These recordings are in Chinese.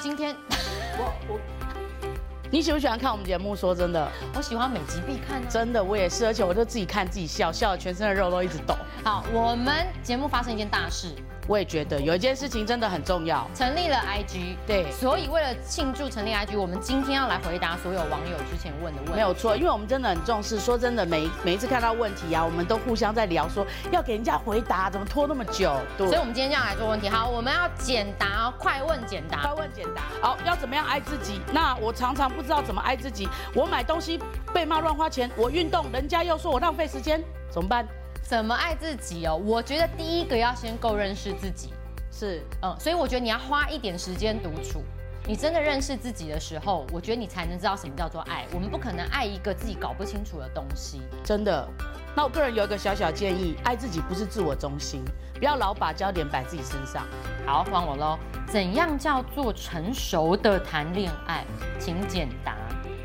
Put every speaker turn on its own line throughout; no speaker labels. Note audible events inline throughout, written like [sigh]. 今天 [laughs]
我我，你喜不喜欢看我们节目？说真的，
我喜欢每集必看啊。
真的我也是，而且我就自己看自己笑，笑的全身的肉都一直抖。
好，我们节目发生一件大事，
我也觉得有一件事情真的很重要，
成立了 IG。
对
所以为了庆祝成立 IG，我们今天要来回答所有网友之前问的问题。
没有错，因为我们真的很重视。说真的，每一每一次看到问题啊，我们都互相在聊说要给人家回答，怎么拖那么久？对
所以，我们今天这样来做问题。好，我们要简答哦，快问简答
快。问简答。好，要怎么样爱自己？那我常常不知道怎么爱自己。我买东西被骂乱花钱，我运动人家又说我浪费时间，怎么办？
怎么爱自己哦？我觉得第一个要先够认识自己。
是
嗯，所以我觉得你要花一点时间独处。你真的认识自己的时候，我觉得你才能知道什么叫做爱。我们不可能爱一个自己搞不清楚的东西。
真的。那我个人有一个小小建议，爱自己不是自我中心，不要老把焦点摆自己身上。
好，换我喽。怎样叫做成熟的谈恋爱？请简答。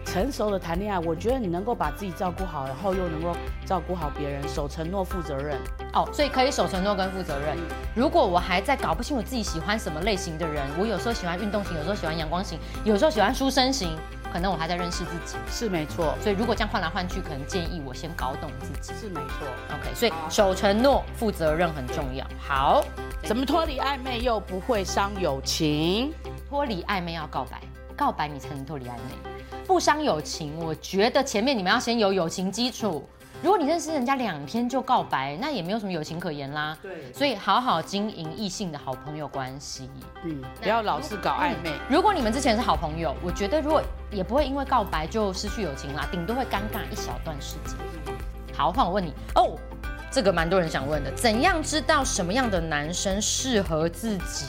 成熟的谈恋爱，我觉得你能够把自己照顾好，然后又能够照顾好别人，守承诺、负责任。
哦，所以可以守承诺跟负责任。如果我还在搞不清我自己喜欢什么类型的人，我有时候喜欢运动型，有时候喜欢阳光型，有时候喜欢书生型，可能我还在认识自己。
是没错，
所以如果这样换来换去，可能建议我先搞懂自己。
是没错。
OK，所以守承诺、负责任很重要。好，
怎么脱离暧昧又不会伤友情？
脱离暧昧要告白，告白你才能脱离暧昧，不伤友情。我觉得前面你们要先有友情基础。如果你认识人家两天就告白，那也没有什么友情可言啦。
对
所以好好经营异性的好朋友关系。
嗯，不要老是搞暧昧。
如果你们之前是好朋友，我觉得如果也不会因为告白就失去友情啦，顶多会尴尬一小段时间。好，换我问你哦，这个蛮多人想问的，怎样知道什么样的男生适合自己？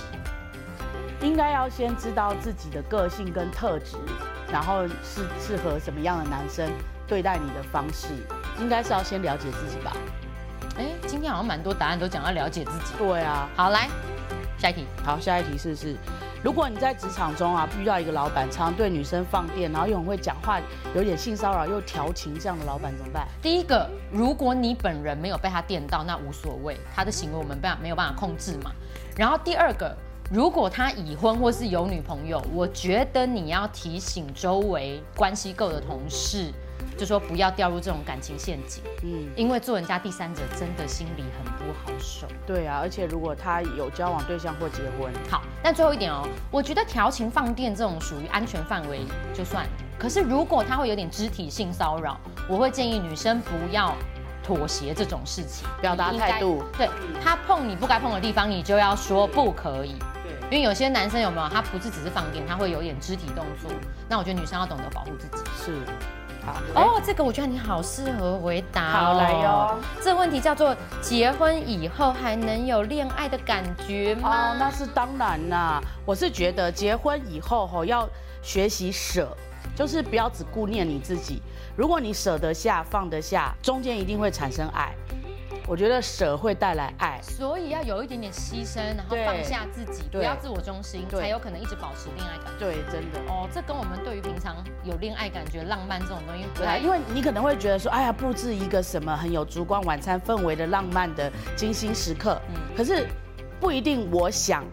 应该要先知道自己的个性跟特质，然后是适合什么样的男生对待你的方式，应该是要先了解自己吧。
哎，今天好像蛮多答案都讲要了解自己。
对啊，
好，来下一题，
好，下一题是是，如果你在职场中啊遇到一个老板，常对女生放电，然后又很会讲话，有点性骚扰又调情这样的老板怎么办？
第一个，如果你本人没有被他电到，那无所谓，他的行为我们办没有办法控制嘛。然后第二个，如果他已婚或是有女朋友，我觉得你要提醒周围关系够的同事，就说不要掉入这种感情陷阱，
嗯，
因为做人家第三者真的心里很不好受。
对啊，而且如果他有交往对象或结婚，
好，但最后一点哦，我觉得调情放电这种属于安全范围就算了。可是如果他会有点肢体性骚扰，我会建议女生不要妥协这种事情，
表达
你应该
态度。
对他碰你不该碰的地方，你就要说不可以。
对，
因为有些男生有没有，他不是只是放电，他会有点肢体动作。那我觉得女生要懂得保护自己。
是，好，
哦，这个我觉得你好适合回答、哦。
好来哟。
这个问题叫做结婚以后还能有恋爱的感觉吗？
哦，那是当然啦。我是觉得结婚以后吼要学习舍，就是不要只顾念你自己。如果你舍得下、放得下，中间一定会产生爱。我觉得舍会带来爱。
所以要有一点点牺牲，然后
对
放下自己，
对
不要自我中心，
对
才有可能一直保持恋爱感。
对，真的。
哦，这跟我们对于平常有恋爱感觉、浪漫这种东西哎不
对
太
啊，
一
因
样。
为你可能会觉得说，哎呀，布置一个什么很有烛光晚餐氛围的浪漫的精心时刻，
嗯
可是不一定我想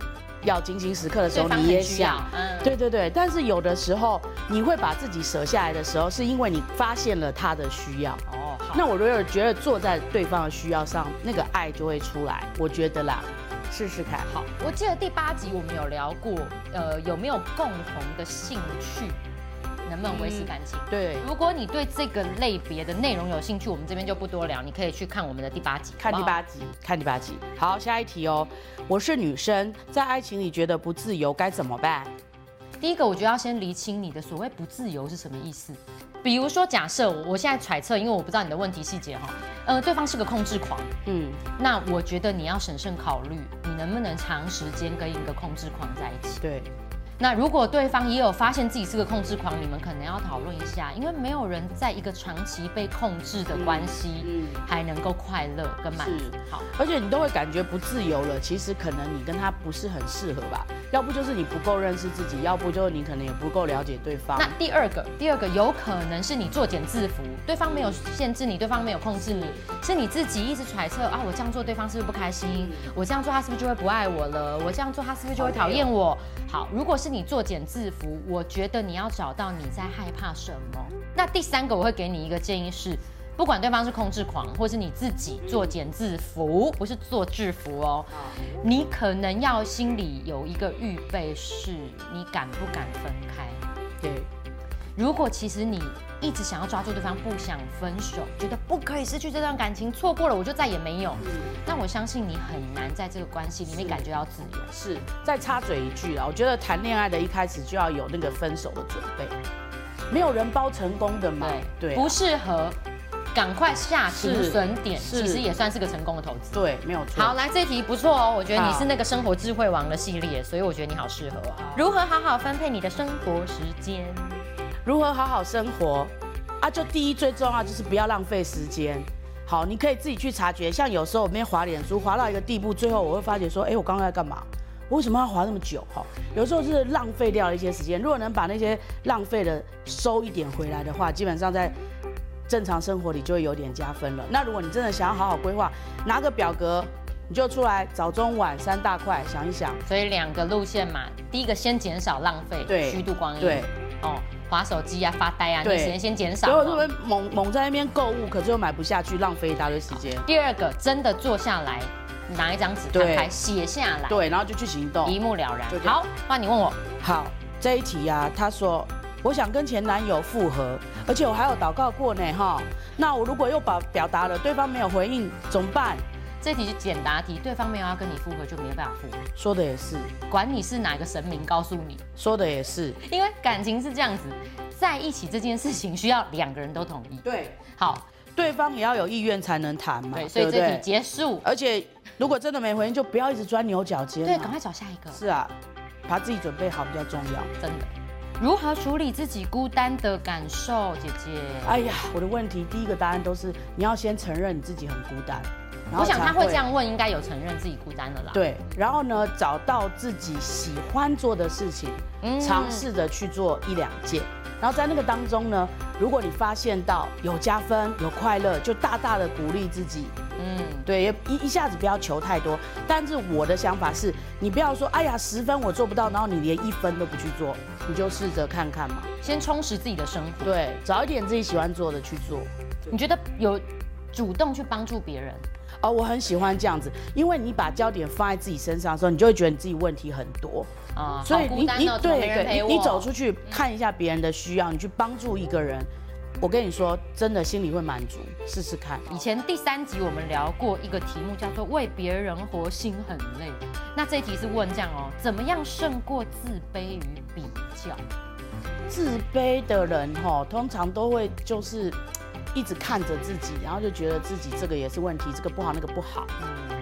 要精心时刻的时
对
候
方
你也
很需
想
要，，嗯，
对对对，但是有的时候你会把自己舍下来的时候，是因为你发现了他的需要。
哦，好，
那我如果觉得坐在对方的需要上，那个爱就会出来，我觉得啦，试试看。
好，我记得第八集我们有聊过，呃，有没有共同的兴趣，能不能维持
嗯
感情？
对，
如果你对这个类别的内容有兴趣，我们这边就不多聊，你可以去看我们的第八集，
看第
好不好。
八集，看第八集。好，下一题哦。我是女生，在爱情里觉得不自由，该怎么办？
第一个，我觉得要先厘清你的所谓不自由是什么意思。比如说，假设我我现在揣测，因为我不知道你的问题细节哈，呃，对方是个控制狂，
嗯，
那我觉得你要审慎考虑，你能不能长时间跟一个控制狂在一起。
对，
那如果对方也有发现自己是个控制狂，你们可能要讨论一下，因为没有人在一个长期被控制的关系，
嗯
还能够快乐跟满足
是。
好，
而且你都会感觉不自由了，其实可能你跟他不是很适合吧，要不就是你不够认识自己，要不就是你可能也不够了解对方
那。第二个，第二个有可能是你作茧自缚，对方没有限制你，对方没有控制你，是你自己一直揣测啊，我这样做对方是不是不开心？我这样做他是不是就会不爱我了？我这样做他是不是就会讨厌我？好，如果是你作茧自缚，我觉得你要找到你在害怕什么。那第三个，我会给你一个建议是，不管对方是控制狂，或是你自己作茧自缚，不是做制服哦，你可能要心里有一个预备，是你敢不敢分开。
对，
如果其实你一直想要抓住对方，不想分手，觉得不可以失去这段感情，错过了我就再也没有，
嗯
但我相信你很难在这个关系里面感觉到自由。
是。再插嘴一句啊，我觉得谈恋爱的一开始就要有那个分手的准备，没有人包成功的嘛。对啊，
不适合，赶快下停损点，
是
其实也算是个成功的投资。
对，没有错。
好，来这题不错哦，我觉得你
好
是那个生活智慧王的系列，所以我觉得你好适合啊。如何好好分配你的生活时间？
如何好好生活啊？就第一最重要就是不要浪费时间。好，你可以自己去察觉。像有时候我们滑脸书，滑到一个地步，最后我会发觉说，哎，我刚刚在干嘛？我为什么要滑那么久？哈，有时候是浪费掉了一些时间。如果能把那些浪费的收一点回来的话，基本上在正常生活里就会有点加分了。那如果你真的想要好好规划，拿个表格，你就出来早中晚三大块想一想。
所以两个路线嘛，第一个先减少浪费，
对
虚度光阴，
对，
哦，划手机啊、发呆啊，那
对
时间先减少
所以
嘛。
我就会猛猛在那边购物，可最后买不下去，浪费一大堆时间。
第二个，真的坐下来，拿一张纸摊
对
开写下来，
对，然后就去行动。
一目了然
就。这样
好，那你问我，
好，这一题呀、啊，他说我想跟前男友复合，而且我还有祷告过呢哈。那我如果又把表达了，对方没有回应怎么办？
这题是简答题，对方没有要跟你复合就没有办法复合。
说的也是，
管你是哪个神明告诉你，
说的也是，
因为感情是这样子，在一起这件事情需要两个人都同意。
对，
好，
对方也要有意愿才能谈嘛，
对，所以
不
这题结束，
而且如果真的没回应，就不要一直钻牛角尖、
对，赶快。找下一个，
是啊，把自己准备好比较重要。
真的。如何处理自己孤单的感受，姐姐？
哎呀，我的问题第一个答案都是你要先承认你自己很孤单，然后
我想
才
他会这样问，应该有承认自己孤单的啦。，
对，然后呢，找到自己喜欢做的事情，
嗯
尝试着去做一两件。然后在那个当中呢，如果你发现到有加分、有快乐，就大大的鼓励自己。
嗯，
对，也一一下子不要求太多。但是我的想法是，你不要说，哎呀，十分我做不到，然后你连一分都不去做，你就试着看看嘛。
先充实自己的生活。
对，找一点自己喜欢做的去做。
你觉得有主动去帮助别人，
哦，我很喜欢这样子，因为你把焦点放在自己身上的时候，你就会觉得你自己问题很多。
啊、
所以
好
你
孤单
你
哦，怎么没
对
人陪
对，
我？嗯
你你走出去看一下别人的需要，你去帮助一个人，我跟你说，真的心里会满足，试试看。
以前第三集我们聊过一个题目，叫做“为别人活，心很累”。那这一题是问这样哦，怎么样胜过自卑与比较？
自卑的人哈、通常都会就是一直看着自己，然后就觉得自己这个也是问题，这个不好那个不好。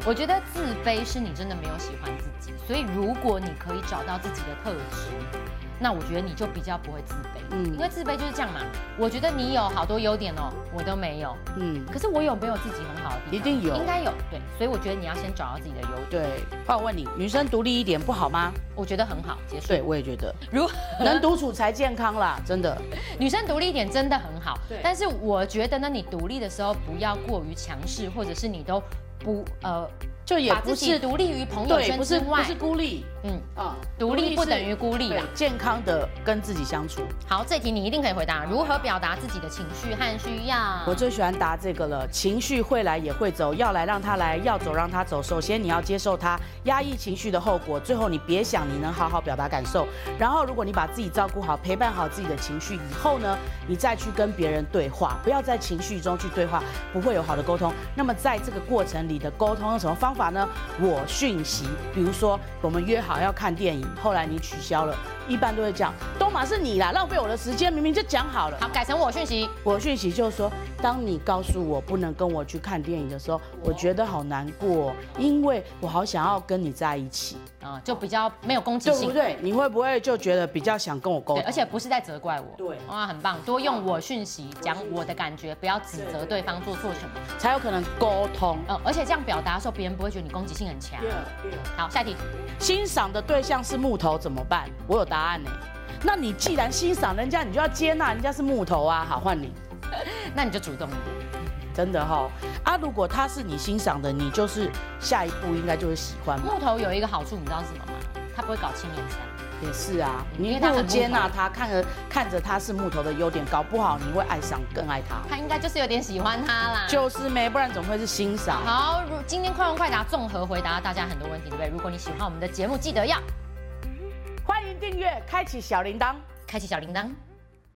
我觉得自卑是你真的没有喜欢自己，所以如果你可以找到自己的特质，那我觉得你就比较不会自卑。
嗯
嗯，因为自卑就是这样嘛。我觉得你有好多优点哦，我都没有。
嗯，
可是我有没有自己很好的地方？
一定有
应该有。对，所以我觉得你要先找到自己的优点，
对。换我问你，女生独立一点不好吗？
我觉得很好。结束。
对，我也觉得
如
能独处才健康啦，真的。
[laughs] 女生独立一点真的很好，
对
但是我觉得呢，你独立的时候不要过于强势，或者是你都不呃，
就也
把
不
自己
是
独立于朋友
对，
圈
不
之
是不
外
是，孤立
嗯，
啊，
独立不等于孤
孤
立啦。
健康的跟自己相处。
好，这题你一定可以回答，如何表达自己的情绪和需要？
我最喜欢答这个了，情绪会来也会走，要来让它来，要走让它走。首先你要接受它，压抑情绪的后果，最后你别想你能好好表达感受。然后如果你把自己照顾好，陪伴好自己的情绪以后呢，你再去跟别人对话，不要在情绪中去对话，不会有好的沟通。那么在这个过程里的沟通用什么方法呢？我讯息，比如说我们约好要看电影，后来你取消了，一般都会讲，东马是你啦，浪费我的时间，明明就讲好了。
好，改成我讯息。
我讯息就说，当你告诉我不能跟我去看电影的时候，我觉得好难过，因为我好想要跟你在一起，
啊、就比较没有攻击
对
性，
不对？你会不会就觉得比较想跟我沟
对
通？
而且不是在责怪我，
对
哇，很棒，多用我讯息讲我的感觉，不要指责对方做错什么，
才有可能沟通。
呃，而且这样表达的时候，别人不会觉得你攻击性很强。好，下一题，
欣赏的对象是木头怎么办？我有答案呢。欸那你既然欣赏人家，你就要接纳人家是木头啊。好，换你，
那你就主动一点。
真的哈、啊，如果他是你欣赏的，你就是下一步应该就会喜欢嘛。
木头有一个好处，你知道是什么吗？它不会搞七年三。
也是啊，
嗯因
你
为他
不
很
如接
木头
纳他，看着看着他是木头的优点，搞不好你会爱上更爱他。
他应该就是有点喜欢他啦。
就是没，不然怎么会是欣赏？
好，如今天快问快答综合回答大家很多问题，对不对？如果你喜欢我们的节目，记得要
欢迎订阅，开启小铃铛。
开启小铃铛。